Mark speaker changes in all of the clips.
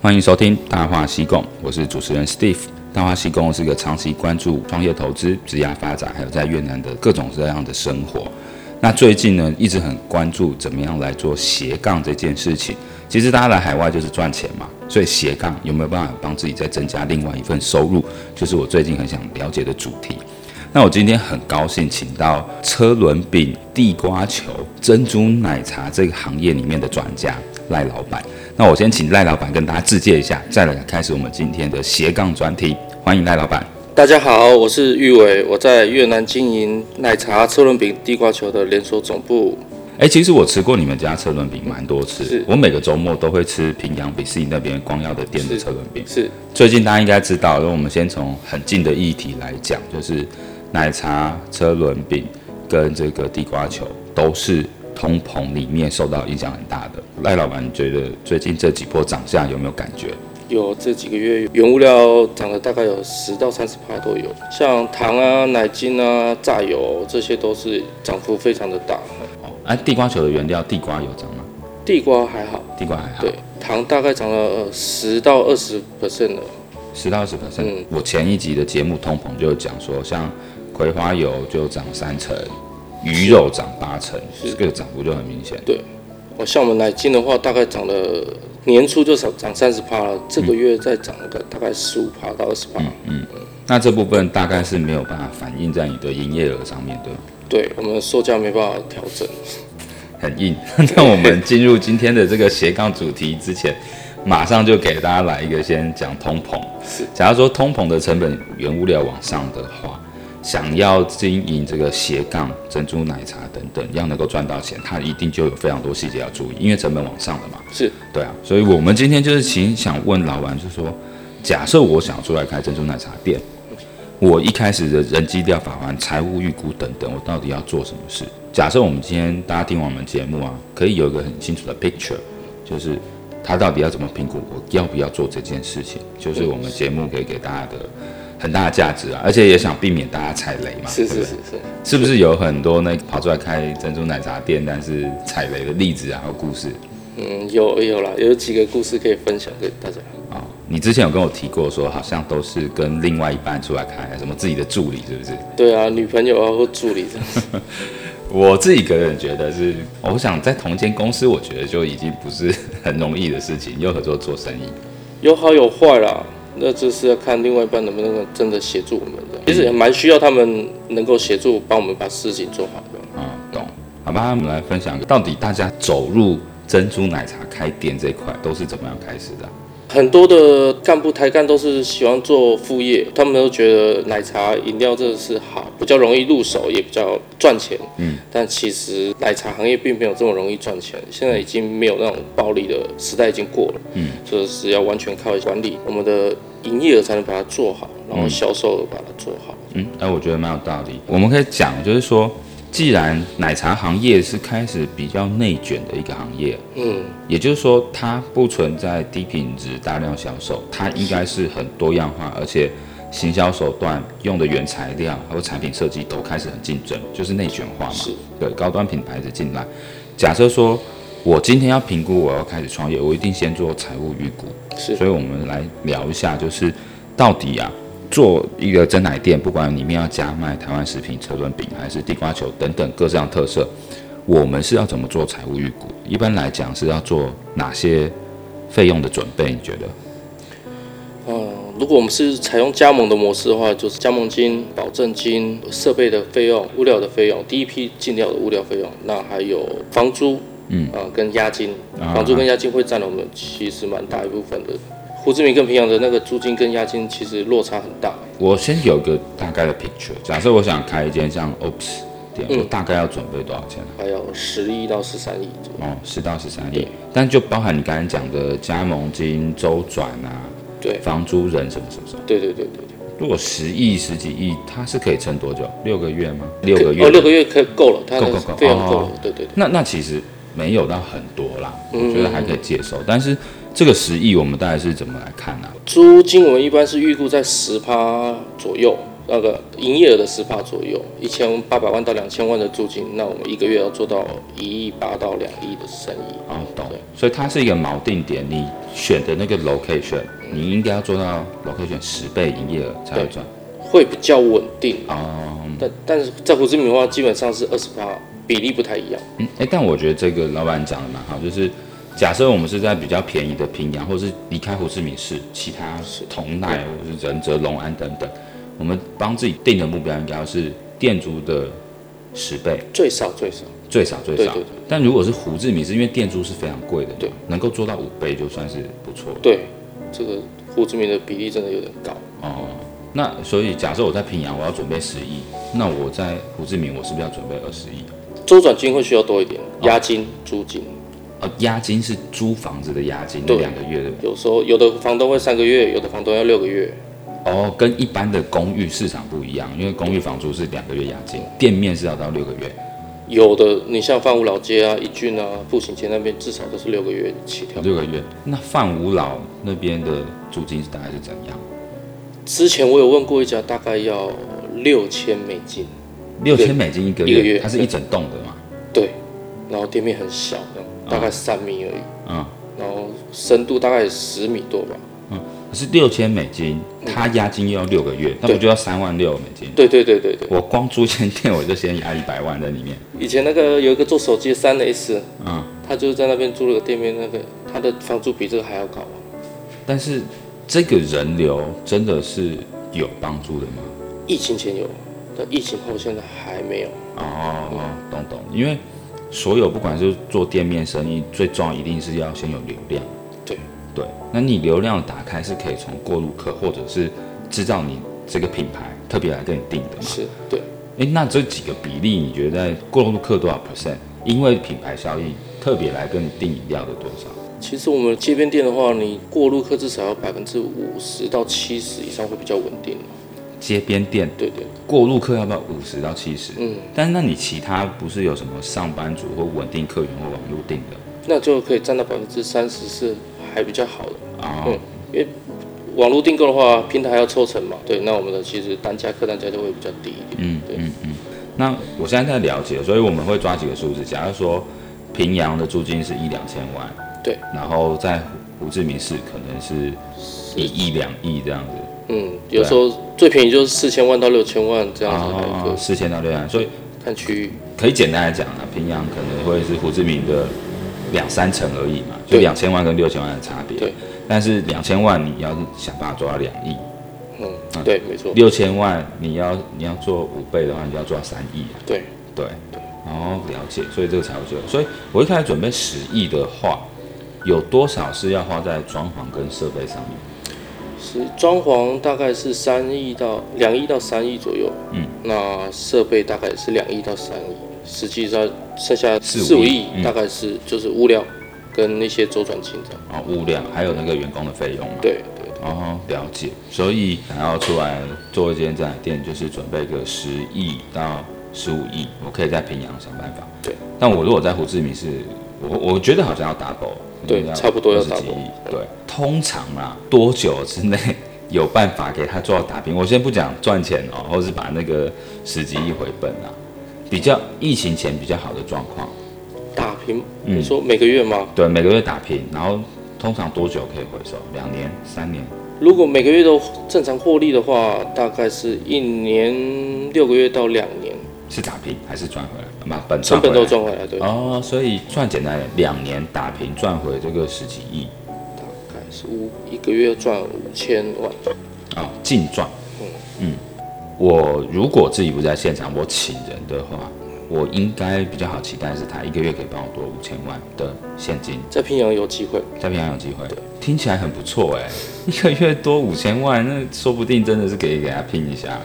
Speaker 1: 欢迎收听《大话西贡》，我是主持人 Steve。大话西贡是个长期关注创业投资、职业发展，还有在越南的各种各样的生活。那最近呢，一直很关注怎么样来做斜杠这件事情。其实大家来海外就是赚钱嘛，所以斜杠有没有办法帮自己再增加另外一份收入，就是我最近很想了解的主题。那我今天很高兴请到车轮饼、地瓜球、珍珠奶茶这个行业里面的专家赖老板。那我先请赖老板跟大家自介一下，再来开始我们今天的斜杠专题。欢迎赖老板。
Speaker 2: 大家好，我是玉伟，我在越南经营奶茶、车轮饼、地瓜球的连锁总部。
Speaker 1: 哎、其实我吃过你们家车轮饼蛮多次
Speaker 2: 是，
Speaker 1: 我每个周末都会吃平阳比市那边光耀的店的
Speaker 2: 是
Speaker 1: 车轮饼。
Speaker 2: 是
Speaker 1: 最近大家应该知道，那我们先从很近的议题来讲，就是奶茶、车轮饼跟这个地瓜球都是通膨里面受到影响很大的。赖老板，你觉得最近这几波涨价有没有感觉？
Speaker 2: 有这几个月原物料涨了大概有十到三十趴都有，像糖啊、奶精啊、榨油这些都是涨幅非常的大。
Speaker 1: 哦，啊，地瓜球的原料地瓜有涨吗？
Speaker 2: 地瓜还好，
Speaker 1: 地瓜还好，
Speaker 2: 对，糖大概涨了十到二十 percent 了。
Speaker 1: 十到二十 percent
Speaker 2: 嗯。
Speaker 1: 我前一集的节目通膨就有讲说，像葵花油就涨三成，鱼肉涨八成，这个涨幅就很明显。
Speaker 2: 哦，像我们奶精的话，大概涨了年初就涨涨三十趴了，这个月再涨了大概十五趴到二十趴。
Speaker 1: 那这部分大概是没有办法反映在你的营业额上面，对吗？
Speaker 2: 对，我们的售价没办法调整。
Speaker 1: 很硬。 那我们进入今天的这个斜杠主题之前，马上就给大家来一个先讲通膨。
Speaker 2: 是
Speaker 1: 假如说通膨的成本原物料往上的话，想要经营这个斜杠珍珠奶茶等等，要能够赚到钱，它一定就有非常多细节要注意，因为成本往上了嘛。
Speaker 2: 是，
Speaker 1: 对啊，所以我们今天就是请想问老板，就是说，假设我想出来开珍珠奶茶店，我一开始的人机调法完、财务预估等等，我到底要做什么事？假设我们今天大家听完我们节目啊，可以有一个很清楚的 picture，就是他到底要怎么评估我要不要做这件事情，就是我们节目可以给大家的很大的价值啊，而且也想避免大家踩雷嘛，
Speaker 2: 是
Speaker 1: 对不
Speaker 2: 是
Speaker 1: 对
Speaker 2: 是是，
Speaker 1: 是不是有很多那跑出来开珍珠奶茶店，但是踩雷的例子啊和故事？
Speaker 2: 嗯，有有啦，有几个故事可以分享给大家。
Speaker 1: 哦，你之前有跟我提过说，好像都是跟另外一半出来开，什么自己的助理是不是？
Speaker 2: 对啊，女朋友啊或助理这样，
Speaker 1: 我自己个人觉得是，我想在同间公司，我觉得就已经不是 很容易的事情，又合作做生意。
Speaker 2: 有好有坏啦。那就是要看另外一半能不能真的协助我们的，其实也蛮需要他们能够协助帮我们把事情做好的。
Speaker 1: 嗯，懂。好吧，我们来分享到底大家走入珍珠奶茶开店这一块都是怎么样开始的啊、
Speaker 2: 很多的干部抬干都是喜欢做副业，他们都觉得奶茶饮料这个是好，比较容易入手，也比较赚钱。嗯，但其实奶茶行业并没有这么容易赚钱，现在已经没有那种暴利的时代已经过了。嗯，就是要完全靠管理我们的营业额才能把它做好，然后销售额把它做好。
Speaker 1: 嗯，哎、我觉得蛮有道理。我们可以讲，就是说，既然奶茶行业是开始比较内卷的一个行业，
Speaker 2: 嗯，
Speaker 1: 也就是说，它不存在低品质大量销售，它应该是很多样化，而且行销手段用的原材料还有产品设计都开始很竞争，就是内卷化嘛。
Speaker 2: 是
Speaker 1: 对，高端品牌的进来。假设说我今天要评估我要开始创业，我一定先做财务预估。
Speaker 2: 是
Speaker 1: 所以我们来聊一下，就是到底啊，做一个真奶店，不管里面要加卖台湾食品、车轮饼还是地瓜球等等各式样特色，我们是要怎么做财务预估？一般来讲是要做哪些费用的准备？你觉得？
Speaker 2: 呃如果我们是采用加盟的模式的话，就是加盟金、保证金、设备的费用、物料的费用，第一批进料的物料费用，那还有房租，嗯，啊、跟押金，房租跟押金会占了我们其实蛮大一部分的。胡志明跟平阳的那个租金跟押金其实落差很大，
Speaker 1: 我先有个大概的 picture。假设我想开一间像 Ops 店，我大概要准备多少钱啊？
Speaker 2: 还有十亿到十三亿左右。
Speaker 1: 哦，十到十三亿
Speaker 2: 对，
Speaker 1: 但就包含你刚才讲的加盟金、周转啊、
Speaker 2: 对，
Speaker 1: 房租、人什么什么什么。
Speaker 2: 对对对对对，
Speaker 1: 如果十亿、十几亿，它是可以撑多久？六个月吗？六个
Speaker 2: 哦，
Speaker 1: 月。
Speaker 2: 六个月可以够了，它
Speaker 1: 够
Speaker 2: 的
Speaker 1: 够够
Speaker 2: 费用够
Speaker 1: 哦
Speaker 2: 了，对对对，
Speaker 1: 那那其实没有到很多啦，
Speaker 2: 嗯
Speaker 1: 我觉得还可以接受。但是这个十亿，我们大概是怎么来看呢、啊？
Speaker 2: 租金我们一般是预估在十趴左右，那个营业额的十帕左右，一千八百万到两千万的租金，那我们一个月要做到一亿八到两亿的生意。
Speaker 1: 哦，懂
Speaker 2: 对。
Speaker 1: 所以它是一个锚定点，你选的那个 location，你应该要做到 location 十倍营业额才会
Speaker 2: 对
Speaker 1: 赚。
Speaker 2: 会比较稳定，
Speaker 1: 哦，
Speaker 2: 但但是在胡志明的话，基本上是二十八，比例不太一样。
Speaker 1: 嗯，哎、但我觉得这个老板讲的蛮好，就是假设我们是在比较便宜的平阳，或是离开胡志明市，其他同奈或是仁泽、龙安等等，我们帮自己定的目标应该是店租的十倍，
Speaker 2: 最少最少，
Speaker 1: 最少最
Speaker 2: 对
Speaker 1: 少。
Speaker 2: 对对
Speaker 1: 但如果是胡志明市，因为店租是非常贵的嘛，
Speaker 2: 对
Speaker 1: 能够做到五倍就算是不错了。
Speaker 2: 对，这个胡志明的比例真的有点高。
Speaker 1: 哦，那所以假设我在平阳，我要准备十亿，那我在胡志明，我是不是要准备二十亿？
Speaker 2: 周转金会需要多一点，押金、租金，
Speaker 1: 哦，押金是租房子的押金，
Speaker 2: 对
Speaker 1: 两个月的
Speaker 2: 有时候有的房东会三个月，有的房东要六个月。
Speaker 1: 哦，跟一般的公寓市场不一样，因为公寓房租是两个月押金，店面是要到六个月。
Speaker 2: 有的你像范武老街啊、宜郡啊、步行街那边，至少都是六个月起跳。
Speaker 1: 六个月，那范五老那边的租金大概是怎样？
Speaker 2: 之前我有问过一家，大概要六千美金，
Speaker 1: 六千美金一个
Speaker 2: 一个
Speaker 1: 月，
Speaker 2: 月
Speaker 1: 它是一整栋的嘛？
Speaker 2: 对，然后店面很小，这样大概三米而已，
Speaker 1: 嗯，
Speaker 2: 然后深度大概十米多吧。
Speaker 1: 可是六千美金，它押金又要六个月，那不
Speaker 2: 对
Speaker 1: 就要三万六美金？
Speaker 2: 对对对对对，
Speaker 1: 我光租间店我就先押一百万在里面。
Speaker 2: 以前那个有一个做手机的三 S，
Speaker 1: 嗯，
Speaker 2: 他就是在那边租了个店面，那个他的房租比这个还要高啊。
Speaker 1: 但是这个人流真的是有帮助的吗？
Speaker 2: 疫情前有，但疫情后现在还没有。
Speaker 1: 哦，哦，懂懂，因为所有不管是做店面生意，最重要一定是要先有流量。
Speaker 2: 对
Speaker 1: 对，那你流量打开是可以从过路客或者是知道你这个品牌特别来跟你定的嘛？
Speaker 2: 是，对，
Speaker 1: 诶，那这几个比例你觉得在过路客多少 percent？因为品牌效益特别来跟你定饮料的多少？
Speaker 2: 其实我们街边店的话，你过路客至少要百分之五十到七十以上会比较稳定。
Speaker 1: 街边店
Speaker 2: 对对，
Speaker 1: 过路客要不要五十到七十？
Speaker 2: 嗯，
Speaker 1: 但那你其他不是有什么上班族或稳定客源或网络定的？
Speaker 2: 那就可以占到百分之三十是还比较好的。
Speaker 1: 哦
Speaker 2: 对，网络订购的话，平台要抽成嘛，对，那我们的其实单价客单价就会比较低一点。
Speaker 1: 嗯
Speaker 2: 对
Speaker 1: 嗯嗯。那我现在在了解，所以我们会抓几个数字。假如说平阳的租金是一两千万，
Speaker 2: 对，
Speaker 1: 然后在胡志明市可能是一亿两亿这样子，
Speaker 2: 嗯，有时候最便宜就是四千万到六千万这样子的一
Speaker 1: 哦
Speaker 2: 个，
Speaker 1: 四千到六千，所以
Speaker 2: 看区域。
Speaker 1: 可以简单来讲啊，平阳可能会是胡志明的两三成而已嘛，就
Speaker 2: 对
Speaker 1: 两千万跟六千万的差别。
Speaker 2: 对，
Speaker 1: 但是两千万你要是想办法做到两亿，啊
Speaker 2: 嗯，对，没错，
Speaker 1: 六千万你要你要做五倍的话，你就要做到三亿啊。
Speaker 2: 对，
Speaker 1: 对，哦，了解，所以这个才会最有。所以我一开始准备十亿的话，有多少是要花在装潢跟设备上面？
Speaker 2: 是装潢大概是三亿到两亿到三亿左右，
Speaker 1: 嗯，
Speaker 2: 那设备大概是两亿到三亿，实际上剩下
Speaker 1: 四五
Speaker 2: 四五
Speaker 1: 亿
Speaker 2: 亿
Speaker 1: 嗯
Speaker 2: 大概是就是物料跟那些周转金这样。
Speaker 1: 哦，物料还有那个员工的费用嘛。
Speaker 2: 对对，
Speaker 1: 哦，了解。所以想要出来做一间这样的店，就是准备个十亿到十五亿，我可以在平阳想办法。
Speaker 2: 对。
Speaker 1: 但我如果在胡志明市，我我觉得好像要 double。
Speaker 2: 对
Speaker 1: 应该
Speaker 2: 差不多要
Speaker 1: 20几
Speaker 2: double
Speaker 1: 亿对，通常啊，多久之内有办法给他做到打平？我先不讲赚钱哦，或是把那个十几亿回本啊，比较疫情前比较好的状况，
Speaker 2: 打平，
Speaker 1: 嗯
Speaker 2: 你说每个月吗？
Speaker 1: 对，每个月打平，然后通常多久可以回收？两年、三年？
Speaker 2: 如果每个月都正常获利的话，大概是一年六个月到两年，
Speaker 1: 是打平还是赚回来？把本
Speaker 2: 成本
Speaker 1: 回
Speaker 2: 都
Speaker 1: 来
Speaker 2: 赚回来，对，大
Speaker 1: 哦，所以算简单点，两年打平赚回这个十几亿
Speaker 2: 概是五一个月赚五千万。
Speaker 1: 啊，净赚。嗯，我如果自己不在现场，我请人的话，我应该比较好期待是他一个月可以帮我多五千万的现金，
Speaker 2: 在平阳有机会，
Speaker 1: 在平常有机会，听起来很不错哎，一个月多五千万，那说不定真的是可以给他拼一下。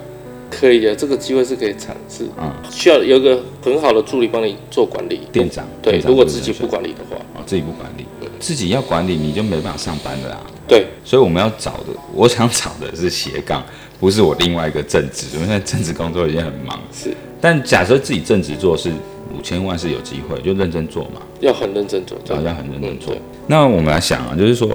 Speaker 2: 可以的，这个机会是可以尝试。
Speaker 1: 嗯
Speaker 2: 需要有一个很好的助理帮你做管理。
Speaker 1: 店长，
Speaker 2: 对，
Speaker 1: 店长
Speaker 2: 如果
Speaker 1: 就是
Speaker 2: 自己
Speaker 1: 这样
Speaker 2: 不管理的话，
Speaker 1: 哦，自己不管理，自己要管理你就没办法上班了啊。
Speaker 2: 对，
Speaker 1: 所以我们要找的，我想找的是斜杠，不是我另外一个正职。因为现在正职工作已经很忙，
Speaker 2: 是
Speaker 1: 但假设自己正职做是五千万是有机会，就认真做嘛，
Speaker 2: 要很认真做。
Speaker 1: 对，
Speaker 2: 对
Speaker 1: 要很认真做
Speaker 2: 嗯。
Speaker 1: 那我们来想啊，就是说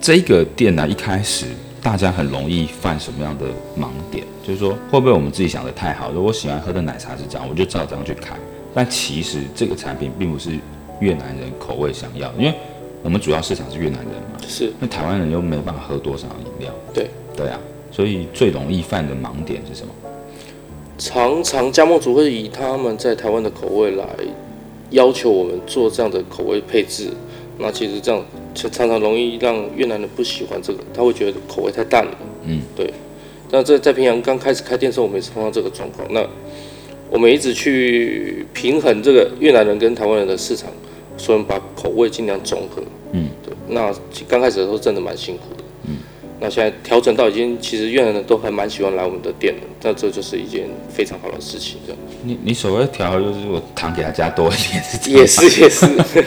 Speaker 1: 这个店呢、一开始大家很容易犯什么样的盲点？就是说，会不会我们自己想的太好了？我喜欢喝的奶茶是这样，我就照这样去开。但其实这个产品并不是越南人口味想要的，因为我们主要市场是越南人嘛，
Speaker 2: 是
Speaker 1: 那台湾人又没办法喝多少饮料。
Speaker 2: 对
Speaker 1: 对啊，所以最容易犯的盲点是什么？
Speaker 2: 常常加盟主会以他们在台湾的口味来要求我们做这样的口味配置，那其实这样其实常常容易让越南人不喜欢这个，他会觉得口味太淡了。
Speaker 1: 嗯，
Speaker 2: 对。那在在平阳刚开始开店的时候，我们也是碰到这个状况。那我们一直去平衡这个越南人跟台湾人的市场，所以我们把口味尽量综合。
Speaker 1: 嗯，
Speaker 2: 对。那刚开始的时候真的蛮辛苦的。嗯。那现在调整到已经，其实越南人都还蛮喜欢来我们的店的，那这就是一件非常好的事情。这样
Speaker 1: 你你所谓的调和就是我糖给他加多一点是这样吗
Speaker 2: 也是也是，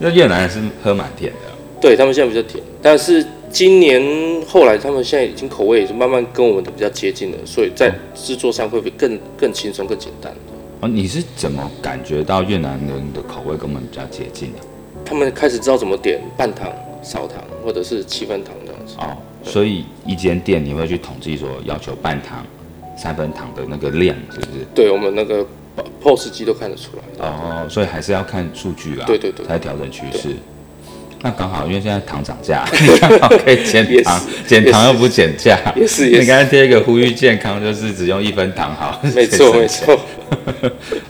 Speaker 1: 那越南人是喝蛮甜的啊，
Speaker 2: 对他们现在比较甜，但是今年后来他们现在已经口味也是慢慢跟我们的比较接近了，所以在制作上会比更更轻松、更简单。
Speaker 1: 哦，你是怎么感觉到越南人的口味跟我们比较接近啊的、
Speaker 2: 他们开始知道怎么点半糖、少糖或者是七分糖这样子。
Speaker 1: 哦，所以一间店你会去统计说要求半糖、三分糖的那个量是不是？
Speaker 2: 对我们那个 POS 机都看得出来。
Speaker 1: 哦，所以还是要看数据啦，
Speaker 2: 对对对
Speaker 1: 才调整趋势。那刚好，因为现在糖涨 价，你刚好可以减糖，减糖又不减价。
Speaker 2: 也是也
Speaker 1: 你
Speaker 2: 是，
Speaker 1: 刚才贴一个呼吁健康，就是只用一分糖好。
Speaker 2: 没 错没错，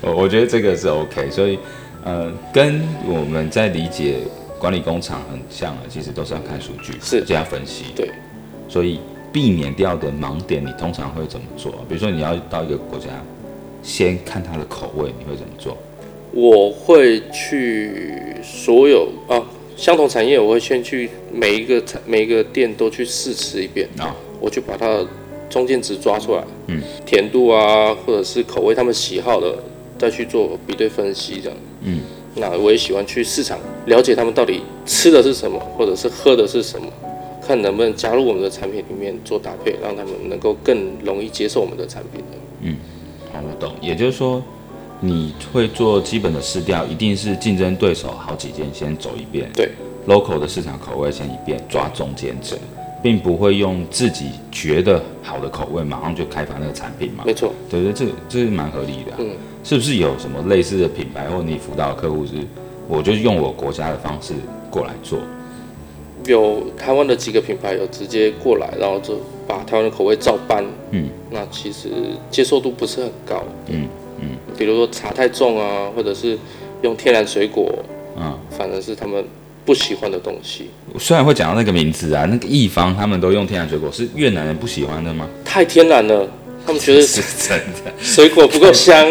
Speaker 1: 我我觉得这个是 OK，所以呃，跟我们在理解管理工厂很像了，其实都是要看数据，
Speaker 2: 是
Speaker 1: 这样分析，
Speaker 2: 对，
Speaker 1: 所以避免掉的盲点，你通常会怎么做？比如说你要到一个国家，先看它的口味，你会怎么做？
Speaker 2: 我会去所有啊相同产业，我会先去每一个产每一个店都去试吃一遍，
Speaker 1: 啊、
Speaker 2: 我去把它的中间值抓出来，
Speaker 1: 嗯，
Speaker 2: 甜度啊或者是口味他们喜好的，再去做比对分析这样。
Speaker 1: 嗯，
Speaker 2: 那我也喜欢去市场了解他们到底吃的是什么，或者是喝的是什么，看能不能加入我们的产品里面做搭配，让他们能够更容易接受我们的产品。
Speaker 1: 好，我懂。也就是说，你会做基本的试调，一定是竞争对手好几间先走一遍，
Speaker 2: 对
Speaker 1: ，local 的市场口味先一遍，抓中间值，并不会用自己觉得好的口味马上就开发那个产品嘛。
Speaker 2: 没错，
Speaker 1: 对对，这这是蛮合理的、啊
Speaker 2: 嗯，
Speaker 1: 是不是有什么类似的品牌或你辅导的客户是，我就用我国家的方式过来做？
Speaker 2: 有台湾的几个品牌有直接过来，然后就把台湾的口味照搬，
Speaker 1: 嗯，
Speaker 2: 那其实接受度不是很高，
Speaker 1: 嗯
Speaker 2: 嗯，比如说茶太重啊，或者是用天然水果，
Speaker 1: 嗯，
Speaker 2: 反而是他们不喜欢的东西。
Speaker 1: 虽然会讲到那个名字啊，那个一方他们都用天然水果，是越南人不喜欢的吗？
Speaker 2: 太天然了，他们觉 得
Speaker 1: 是真的。
Speaker 2: 水果不 够香，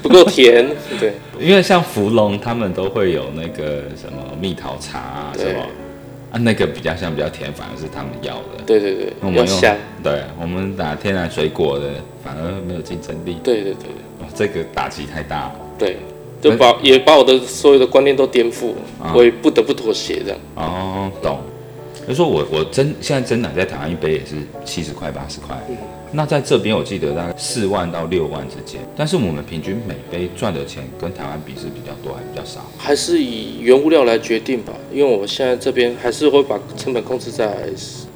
Speaker 2: 不够甜。对，
Speaker 1: 因为像芙蓉，他们都会有那个什么蜜桃茶啊，什
Speaker 2: 对
Speaker 1: 么啊，那个比较像比较甜，反而是他们要的。
Speaker 2: 对对
Speaker 1: 那我
Speaker 2: 对，
Speaker 1: 们
Speaker 2: 要
Speaker 1: 用
Speaker 2: 香。，
Speaker 1: 对我们打天然水果的，反而没有竞争力。
Speaker 2: 对对
Speaker 1: 哇，这个打击太大了
Speaker 2: 对对，就把也把我的所有的观念都颠覆
Speaker 1: 啊，
Speaker 2: 我也不得不妥协这样。
Speaker 1: 哦，懂。就说我我真现在真奶在台湾一杯也是七十块八十块，那在这边我记得大概四万到六万之间，但是我们平均每杯赚的钱跟台湾比是比较多还比较少？
Speaker 2: 还是以原物料来决定吧，因为我们现在这边还是会把成本控制在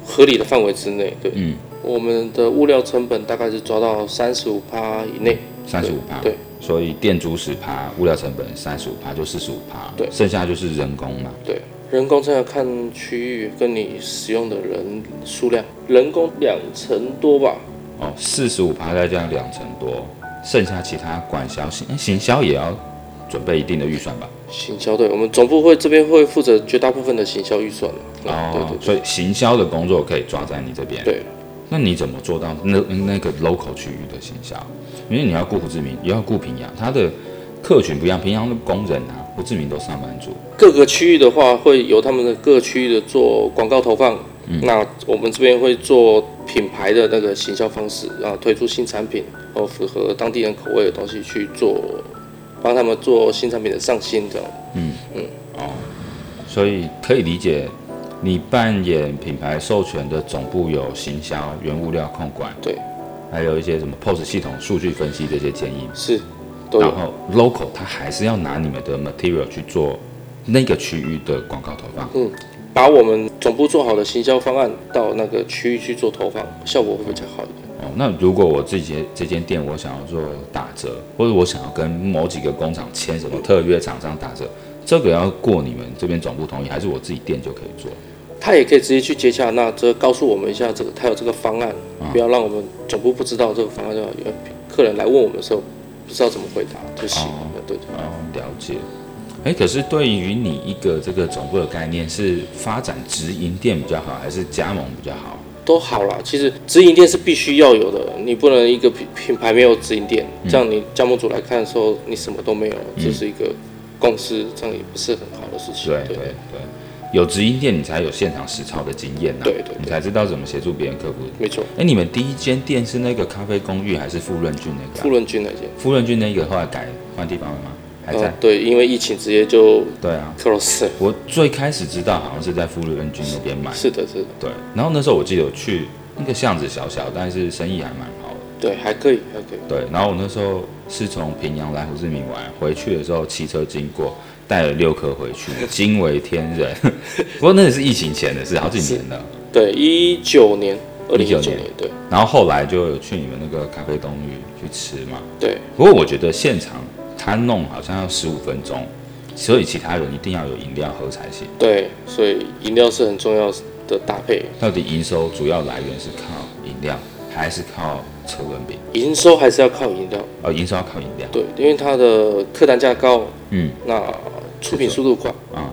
Speaker 2: 合理的范围之内。对，
Speaker 1: 嗯，
Speaker 2: 我们的物料成本大概是抓到三十五趴以内。
Speaker 1: 三十五趴，
Speaker 2: 对，
Speaker 1: 所以店租十趴，物料成本三十五趴，就四十五趴，
Speaker 2: 对
Speaker 1: 剩下就是人工嘛。
Speaker 2: 对，人工真的看区域跟你使用的人数量，人工两成多吧，
Speaker 1: 哦，四十五趴再加上两成多，剩下其他管销行诶行销也要准备一定的预算吧。
Speaker 2: 行销对，我们总部会这边会负责绝大部分的行销预算的。对
Speaker 1: 哦
Speaker 2: 对，
Speaker 1: 所以行销的工作可以抓在你这边。
Speaker 2: 对，
Speaker 1: 那你怎么做到那那个 local 区域的行销？因为你要顾胡志明，也要顾平阳，他的客群不一样，平阳的工人啊，胡志明都上班族。
Speaker 2: 各个区域的话，会由他们的各区域的做广告投放。那我们这边会做品牌的那个行销方式，然后推出新产品，然后符合当地人口味的东西去做，帮他们做新产品的上新这样。
Speaker 1: 所以可以理解，你扮演品牌授权的总部有行销、原物料控管，
Speaker 2: 对，
Speaker 1: 还有一些什么 POS 系统、数据分析这些建议。
Speaker 2: 是，都
Speaker 1: 然
Speaker 2: 有。
Speaker 1: 后 local 它还是要拿你们的 material 去做那个区域的广告投放。
Speaker 2: 把我们总部做好的行销方案到那个区域去做投放，效果会比较好一点。
Speaker 1: 哦，那如果我自己这间店我想要做打折，或者我想要跟某几个工厂签什么特约厂商打折，这个要过你们这边总部同意，还是我自己店就可以做？
Speaker 2: 他也可以直接去接洽，那这告诉我们一下这个他有这个方案，不要让我们总部不知道这个方案，让客人来问我们的时候不知道怎么回答就行了。对对。
Speaker 1: 哦，了解。哎，可是对于你一个这个总部的概念，是发展直营店比较好，还是加盟比较好？
Speaker 2: 都好啦，其实直营店是必须要有的，你不能一个品品牌没有直营店，这样你加盟主来看的时候，你什么都没有，这是一个公司，这样也不是很好的事情。
Speaker 1: 对对对，有直营店你才有现场实操的经验呐、
Speaker 2: 对对
Speaker 1: 你才知道怎么协助别人客户。
Speaker 2: 没错，
Speaker 1: 哎，你们第一间店是那个咖啡公寓，还是富润郡那个啊、
Speaker 2: 富润君那间，
Speaker 1: 富润郡那个后来改换地方了吗？还在？
Speaker 2: 呃，对，因为疫情直接就
Speaker 1: 对啊，
Speaker 2: close 了。
Speaker 1: 我最开始知道好像是在富润郡那边买。
Speaker 2: 是的，是的，
Speaker 1: 对，然后那时候我记得我去那个巷子小小，但是生意还蛮好的。
Speaker 2: 对，还可以，还可以。
Speaker 1: 对，然后我那时候是从平阳来胡志明玩，回去的时候骑车经过，带了六颗回去，惊为天人。 不过那也是疫情前的事，好几年了。
Speaker 2: 对，一九年，二零一
Speaker 1: 19
Speaker 2: 九
Speaker 1: 年
Speaker 2: 年，对
Speaker 1: 然后后来就有去你们那个咖啡东域去吃嘛。
Speaker 2: 对，
Speaker 1: 不过我觉得现场他弄好像要十五分钟，所以其他人一定要有饮料喝才行。
Speaker 2: 对，所以饮料是很重要的搭配，
Speaker 1: 到底营收主要来源是靠饮料还是靠车轮饼？
Speaker 2: 营收还是要靠饮料。
Speaker 1: 哦，营收要靠饮料。
Speaker 2: 对，因为它的客单价高，
Speaker 1: 嗯，
Speaker 2: 那出品速度快
Speaker 1: 啊。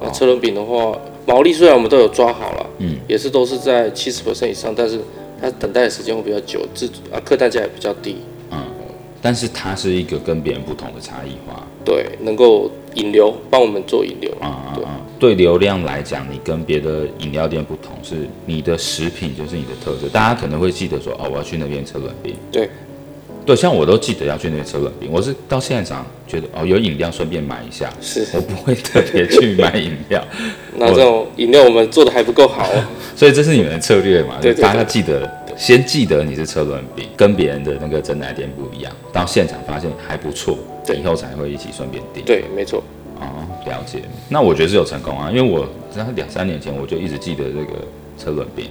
Speaker 2: 那车轮饼的话，毛利虽然我们都有抓好了，
Speaker 1: 嗯，
Speaker 2: 也是都是在七十 percent 以上，但是它等待的时间会比较久，自啊客单价也比较低，
Speaker 1: 但是它是一个跟别人不同的差异化。
Speaker 2: 对，能够引流，帮我们做引流，
Speaker 1: 啊啊
Speaker 2: 对
Speaker 1: 啊！对流量来讲，你跟别的饮料店不同，是你的食品就是你的特色。大家可能会记得说，哦，我要去那边车轮饼。
Speaker 2: 对，
Speaker 1: 对，像我都记得要去那边车轮
Speaker 2: 嗯
Speaker 1: 饼。我是到现场觉得，哦，有饮料顺便买一下，
Speaker 2: 是。
Speaker 1: 我不会特别去买饮 料。
Speaker 2: 那这种饮料我们做的还不够好 哦，
Speaker 1: 所以这是你们的策略嘛？
Speaker 2: 对对对
Speaker 1: 大家记得先记得你是车轮饼，跟别人的那个真奶店不一样。到现场发现还不错，
Speaker 2: 对
Speaker 1: 以后才会一起顺便订。
Speaker 2: 对，没错，
Speaker 1: 哦，了解。那我觉得是有成功啊，因为我在两三年前我就一直记得这个车轮饼。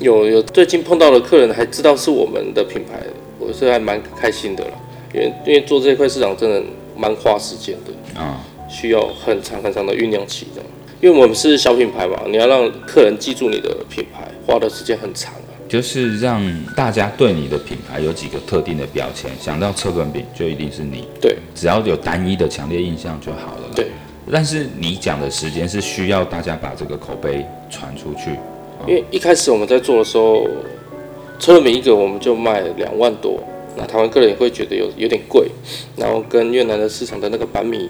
Speaker 2: 有有最近碰到的客人还知道是我们的品牌，我是还蛮开心的啦，因为因为做这一块市场真的蛮花时间的。
Speaker 1: 啊、
Speaker 2: 需要很长很长的酝酿期的，因为我们是小品牌嘛，你要让客人记住你的品牌，花的时间很长啊。
Speaker 1: 就是让大家对你的品牌有几个特定的标签，想到车轮饼就一定是你，
Speaker 2: 对
Speaker 1: 只要有单一的强烈印象就好了。
Speaker 2: 对，
Speaker 1: 但是你讲的时间是需要大家把这个口碑传出去。
Speaker 2: 因为一开始我们在做的时候，车轮饼一个我们就卖两万多，那台湾客人也会觉得有有点贵，然后跟越南的市场的那个板米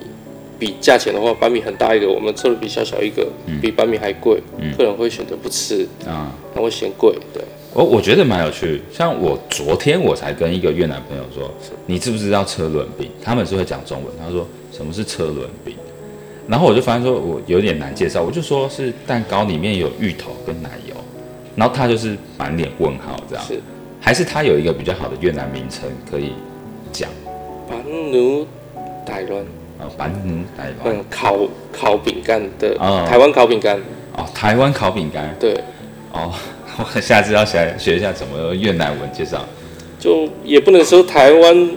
Speaker 2: 比价钱的话，板米很大一个，我们车轮饼小小一个，比板米还贵，客人会选择不吃
Speaker 1: 嗯啊，
Speaker 2: 那会嫌贵，对。
Speaker 1: 哦我我觉得蛮有趣，像我昨天我才跟一个越南朋友说，你知不知道车轮饼？他们是会讲中文，他说什么是车轮饼，然后我就发现说我有点难介绍，我就说是蛋糕里面有芋头跟奶油，然后他就是满脸问号这样，
Speaker 2: 是
Speaker 1: 还是他有一个比较好的越南名称可以讲
Speaker 2: 板奴傣伦，
Speaker 1: 啊，板奴奶油
Speaker 2: 嗯，烤烤饼干的、
Speaker 1: 哦
Speaker 2: 台湾烤饼干，
Speaker 1: 哦，台湾烤饼干
Speaker 2: 对，
Speaker 1: 哦， 我下次要学学一下怎么用越南文介绍
Speaker 2: 就也不能说台湾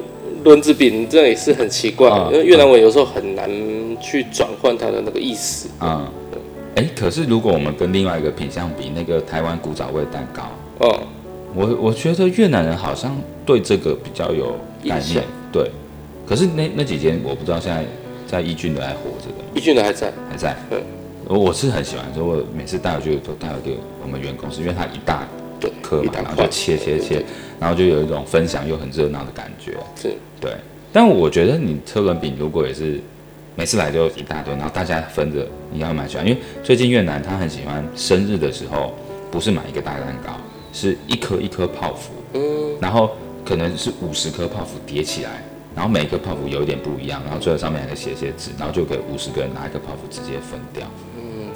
Speaker 2: 轮子饼，这样也是很奇怪，
Speaker 1: 啊
Speaker 2: 因为越南文有时候很难去转换它的那个意思。
Speaker 1: 啊。哎、可是如果我们跟另外一个品相比，那个台湾古早味蛋糕，
Speaker 2: 哦，
Speaker 1: 我我觉得越南人好像对这个比较有概
Speaker 2: 印象
Speaker 1: 念，对。可是那那几间我不知道现在在义俊的还活着的
Speaker 2: 一俊的还在，
Speaker 1: 还在
Speaker 2: 对。
Speaker 1: 我我是很喜欢，所以我每次带回去都带回给我们员工吃，因为它一大
Speaker 2: 对，
Speaker 1: 颗
Speaker 2: 一
Speaker 1: 嘛，
Speaker 2: 大
Speaker 1: 然后
Speaker 2: 块
Speaker 1: 就切切切，然后就有一种分享又很热闹的感觉，
Speaker 2: 是
Speaker 1: 对。但我觉得你车轮饼如果也是每次来就一大堆，然后大家分着，你要蛮喜欢，因为最近越南他很喜欢生日的时候不是买一个大蛋糕，是一颗一颗泡芙，
Speaker 2: 嗯，
Speaker 1: 然后可能是五十颗泡芙叠起来，然后每个泡芙有一点不一样，然后最后上面还可以写一些字，然后就给五十个人拿一个泡芙直接分掉。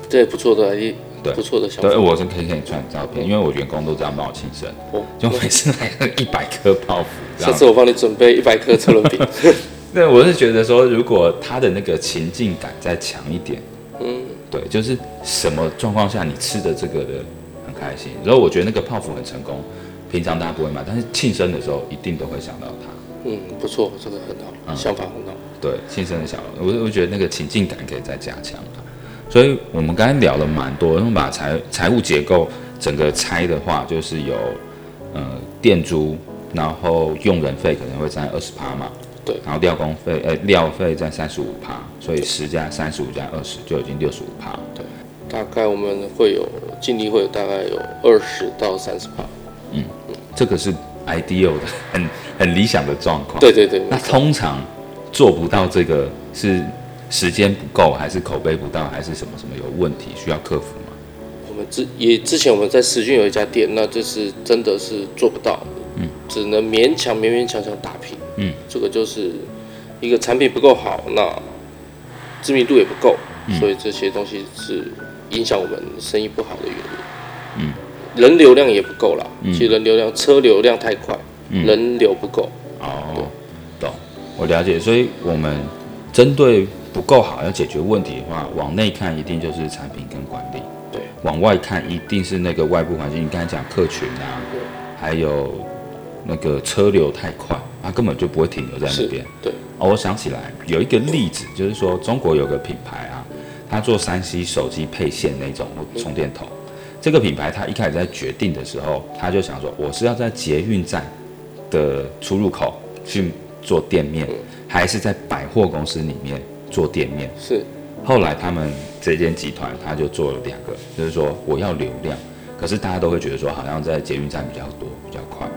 Speaker 2: 这也不错的，也
Speaker 1: 对
Speaker 2: 不错的想
Speaker 1: 对，
Speaker 2: 法。
Speaker 1: 我是可以给你传照片，因为我员工都这样帮我庆生，
Speaker 2: 哦
Speaker 1: 就每次来一百颗泡芙这
Speaker 2: 下
Speaker 1: 样。
Speaker 2: 次我帮你准备一百颗车轮 饼，
Speaker 1: 对，我是觉得说，如果他的那个情境感再强一点，
Speaker 2: 嗯，
Speaker 1: 对，就是什么状况下你吃的这个的很开心。然后我觉得那个泡芙很成功，平常大家不会买，但是庆生的时候一定都会想到它。
Speaker 2: 嗯，不错，这个很好，
Speaker 1: 啊
Speaker 2: 想法很好。
Speaker 1: 对，庆生的小，我我觉得那个情境感可以再加强啊。所以我们刚才聊了蛮多，然后把财财务结构整个拆的话，就是有呃店租，然后用人费可能会占二十趴嘛，
Speaker 2: 对
Speaker 1: 然后料工费，呃料费占三十五趴，所以十加三十五加二十就已经六十五趴。
Speaker 2: 大概我们会有尽力会有大概有二十到三十趴。
Speaker 1: 这个是 ideal 的，很很理想的状况。
Speaker 2: 对，对对，
Speaker 1: 那通常做不到这个是时间不够，还是口碑不到，还是什么什么有问题需要克服吗？
Speaker 2: 我们之也之前我们在石俊有一家店，那就是真的是做不到，嗯，只能勉强勉勉强强打平，
Speaker 1: 嗯，
Speaker 2: 这个就是一个产品不够好，那知名度也不够，所以这些东西是影响我们生意不好的原因，嗯，人流量也不够啦，其实人流量车流量太快，人流不够，
Speaker 1: 哦，懂，我了解。所以我们针对不够好要解决问题的话，往内看一定就是产品跟管理，
Speaker 2: 对，
Speaker 1: 往外看一定是那个外部环境。你刚才讲客群啊，还有那个车流太快，它根本就不会停留在那
Speaker 2: 是
Speaker 1: 边。，
Speaker 2: 对，
Speaker 1: 哦，我想起来有一个例子，就是说中国有个品牌啊，它做三 C 手机配线那种充电头。这个品牌它一开始在决定的时候，他就想说，我是要在捷运站的出入口去做店面，还是在百货公司里面做店面？
Speaker 2: 是
Speaker 1: 后来他们这间集团，他就做了两个，就是说我要流量，可是大家都会觉得说好像在捷运站比较多，比较快，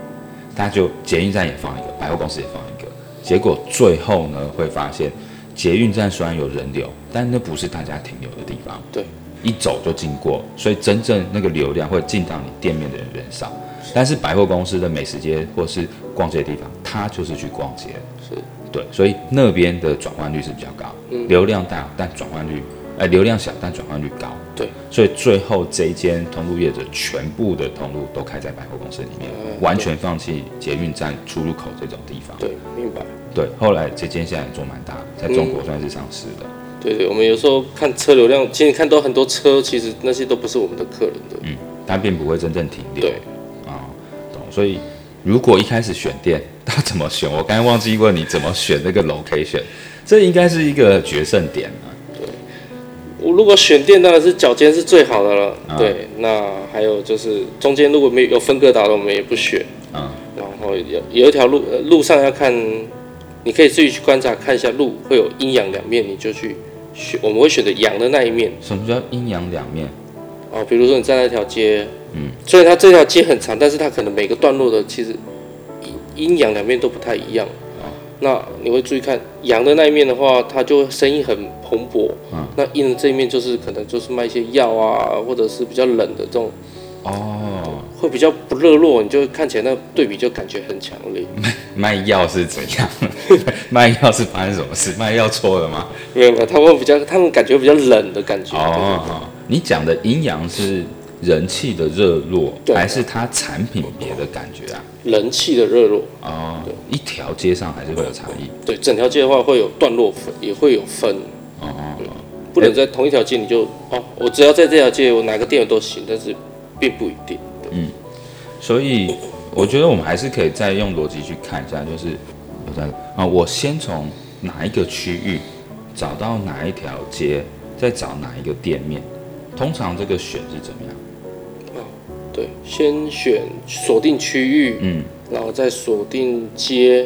Speaker 1: 他就捷运站也放一个，百货公司也放一个，结果最后呢会发现，捷运站虽然有人流，但那不是大家停留的地方，
Speaker 2: 对，
Speaker 1: 一走就经过，所以真正那个流量会进到你店面的人人少，但是百货公司的美食街或是逛街的地方，它就是去逛街，
Speaker 2: 是嗯
Speaker 1: 对，所以那边的转换率是比较高，流量大但转换率，呃，流量小但转换率高。
Speaker 2: 对，
Speaker 1: 所以最后这一间通路业者全部的通路都开在百货公司里面，
Speaker 2: 嗯
Speaker 1: 完全放弃捷运站出入口这种地方。
Speaker 2: 对，明白。
Speaker 1: 对，后来这间现在也做蛮大，在中国算是上市的。
Speaker 2: 对对，我们有时候看车流量，其实看到很多车，其实那些都不是我们的客人的。
Speaker 1: 但并不会真正停留。
Speaker 2: 对，
Speaker 1: 啊、懂。所以如果一开始选店，他怎么选？我刚才忘记问你怎么选那个 location，这应该是一个决胜点啊。
Speaker 2: 我如果选店，当然是脚尖是最好的了。对，那还有就是中间如果没有有分割岛的，我们也不选。
Speaker 1: 啊、
Speaker 2: 然后有有一条路，呃路上要看，你可以自己去观察看一下路，会有阴阳两面，你就去选。我们会选择阳的那一面
Speaker 1: 什么叫阴阳两面？
Speaker 2: 哦，比如说你站那条街，嗯，虽然它这条街很长，但是它可能每个段落的其实阴阴阳两面都不太一样。
Speaker 1: 哦
Speaker 2: 那你会注意看阳的那一面的话，它就生意很蓬勃。
Speaker 1: 嗯
Speaker 2: 那阴的这一面就是可能就是卖一些药啊，或者是比较冷的这种，
Speaker 1: 哦，
Speaker 2: 会比较不热络，你就会看起来那对比就感觉很强烈。
Speaker 1: 嗯卖药是怎样？ 卖药是发生什么事？卖药错了吗？
Speaker 2: 没有没有，他们比较他们感觉比较冷的感觉。
Speaker 1: 哦，哦你讲的阴阳是人气的热络，
Speaker 2: 对
Speaker 1: 还是它产品别的感觉啊？
Speaker 2: 对人气的热络，
Speaker 1: 哦，一条街上还是会有差异。
Speaker 2: 对整条街的话会有段落分，也会有分。
Speaker 1: 哦哦，哦
Speaker 2: 不能在同一条街你就哦，我只要在这条街我哪个店都行，但是并不一定。
Speaker 1: 所以我觉得我们还是可以再用逻辑去看一下，就是我在啊，我先从哪一个区域找到哪一条街，再找哪一个店面。通常这个选是怎么样？
Speaker 2: 对，先选锁定区域，
Speaker 1: 嗯，
Speaker 2: 然后再锁定街，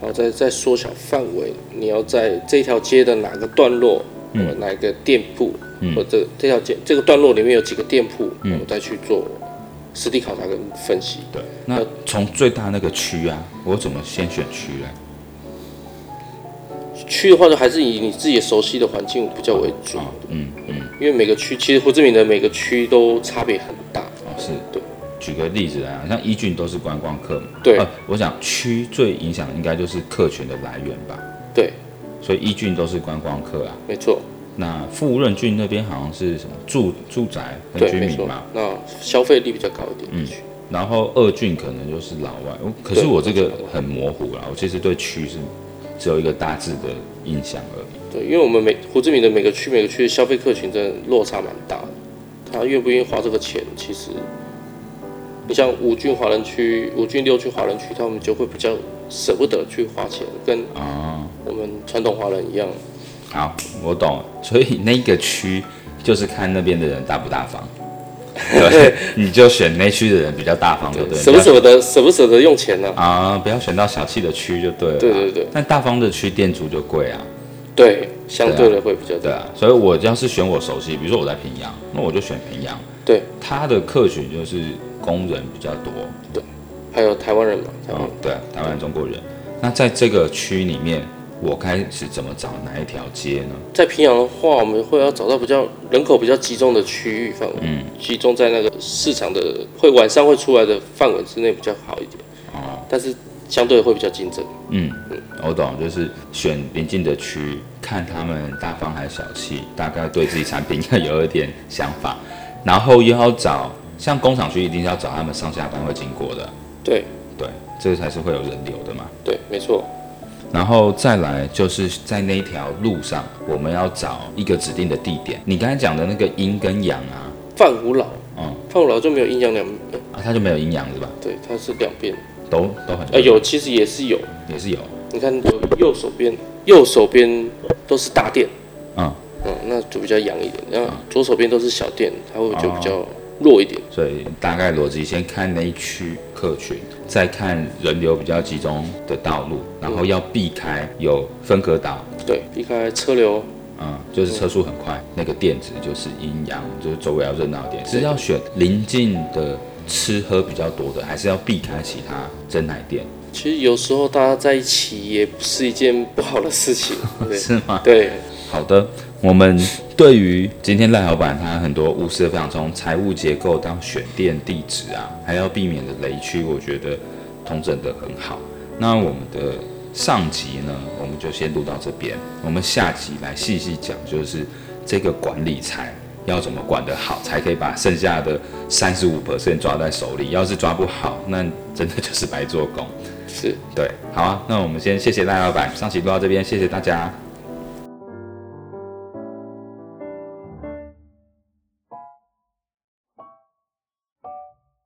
Speaker 2: 然后再再缩小范围，你要在这条街的哪个段落，嗯、哪一个店铺，
Speaker 1: 嗯
Speaker 2: 或者这条街这个段落里面有几个店铺，嗯、我们再去做实地考察跟分析。
Speaker 1: 对，那从最大那个区啊，我怎么先选区啊嘞？
Speaker 2: 区的话，就还是以你自己熟悉的环境比较为主，
Speaker 1: 啊，嗯嗯，
Speaker 2: 因为每个区其实胡志明的每个区都差别很大。
Speaker 1: 哦是
Speaker 2: 对。
Speaker 1: 举个例子啊，像一郡都是观光客嘛，
Speaker 2: 对
Speaker 1: 呃我想区最影响应该就是客群的来源吧，
Speaker 2: 对，
Speaker 1: 所以一郡都是观光客啊。
Speaker 2: 没错，
Speaker 1: 那富润郡那边好像是什么住住宅跟
Speaker 2: 对，
Speaker 1: 居
Speaker 2: 没
Speaker 1: 民
Speaker 2: 错
Speaker 1: 嘛，。嗯
Speaker 2: 那消费力比较高一点的区，
Speaker 1: 然后二郡可能就是老外，我可是
Speaker 2: 对
Speaker 1: 我这个很模糊啦，我其实对区是只有一个大致的印象而已。
Speaker 2: 对，因为我们每胡志明的每个区每个区的消费客群真的落差蛮大的，他愿不愿意花这个钱，其实你像五郡华人区、五郡六区华人区，他们就会比较舍不得去花钱，跟
Speaker 1: 哦，
Speaker 2: 我们传统华人一样。
Speaker 1: 好，我懂了。所以那个区就是看那边的人大不大 方，对，你就选那区的人比较大方，对不对？
Speaker 2: 舍不舍得舍不舍得用钱呢、
Speaker 1: 啊，不要选到小气的区就对了。
Speaker 2: 对对对。
Speaker 1: 但大方的区店主就贵啊，
Speaker 2: 对，相对的会比较
Speaker 1: 对
Speaker 2: 大。
Speaker 1: 啊。所以我要是选我熟悉，比如说我在平阳，那我就选平阳。
Speaker 2: 对。
Speaker 1: 他的客群就是工人比较多，
Speaker 2: 还有台湾人嘛，台湾
Speaker 1: 嗯，对，台湾中国人。那在这个区里面，我开始怎么找哪一条街呢？
Speaker 2: 在平阳的话，我们会要找到比较人口比较集中的区域范围，集中在那个市场的会晚上会出来的范围之内比较好一点。但是相对会比较竞争。
Speaker 1: 嗯，我懂，就是选邻近的区，看他们大方还是小气，大概对自己产品要有一点想法，然后又要找像工厂区，一定是要找他们上下班会经过的，
Speaker 2: 对
Speaker 1: 对，这才是会有人流的嘛。
Speaker 2: 对，没错，
Speaker 1: 然后再来就是在那条路上，我们要找一个指定的地点。你刚才讲的那个阴跟阳啊，
Speaker 2: 范古老，
Speaker 1: 嗯
Speaker 2: 范古老就没有阴阳两，呃
Speaker 1: 啊，它就没有阴阳是吧？
Speaker 2: 对，它是两边，
Speaker 1: 都都很
Speaker 2: 呃，有其实也是有，
Speaker 1: 也是有，
Speaker 2: 你看有右手边，右手边都是大店，
Speaker 1: 嗯，
Speaker 2: 嗯，那就比较阳一点，然后左手边都是小店，它会就比较弱一点。
Speaker 1: 所以大概逻辑先看那一区客群，再看人流比较集中的道路，然后要避开有分隔岛，
Speaker 2: 对，避开车流，
Speaker 1: 嗯，就是车速很快，那个店子就是阴阳，就是周围要热闹一点。是要选邻近的吃喝比较多的，还是要避开其他真奶店？
Speaker 2: 其实有时候大家在一起也不是一件不好的事情，对
Speaker 1: 是吗？
Speaker 2: 对
Speaker 1: 好的，我们对于今天赖老板他很多无私的分享，从财务结构到选店地址啊，还要避免的雷区，我觉得通整的很好。那我们的上集呢，我们就先录到这边，我们下集来细细讲，就是这个管理财要怎么管得好，才可以把剩下的三十五 percent 抓在手里。要是抓不好，那真的就是白做工。
Speaker 2: 是。
Speaker 1: 对，好啊，那我们先谢谢赖老板，上期录到这边，谢谢大家，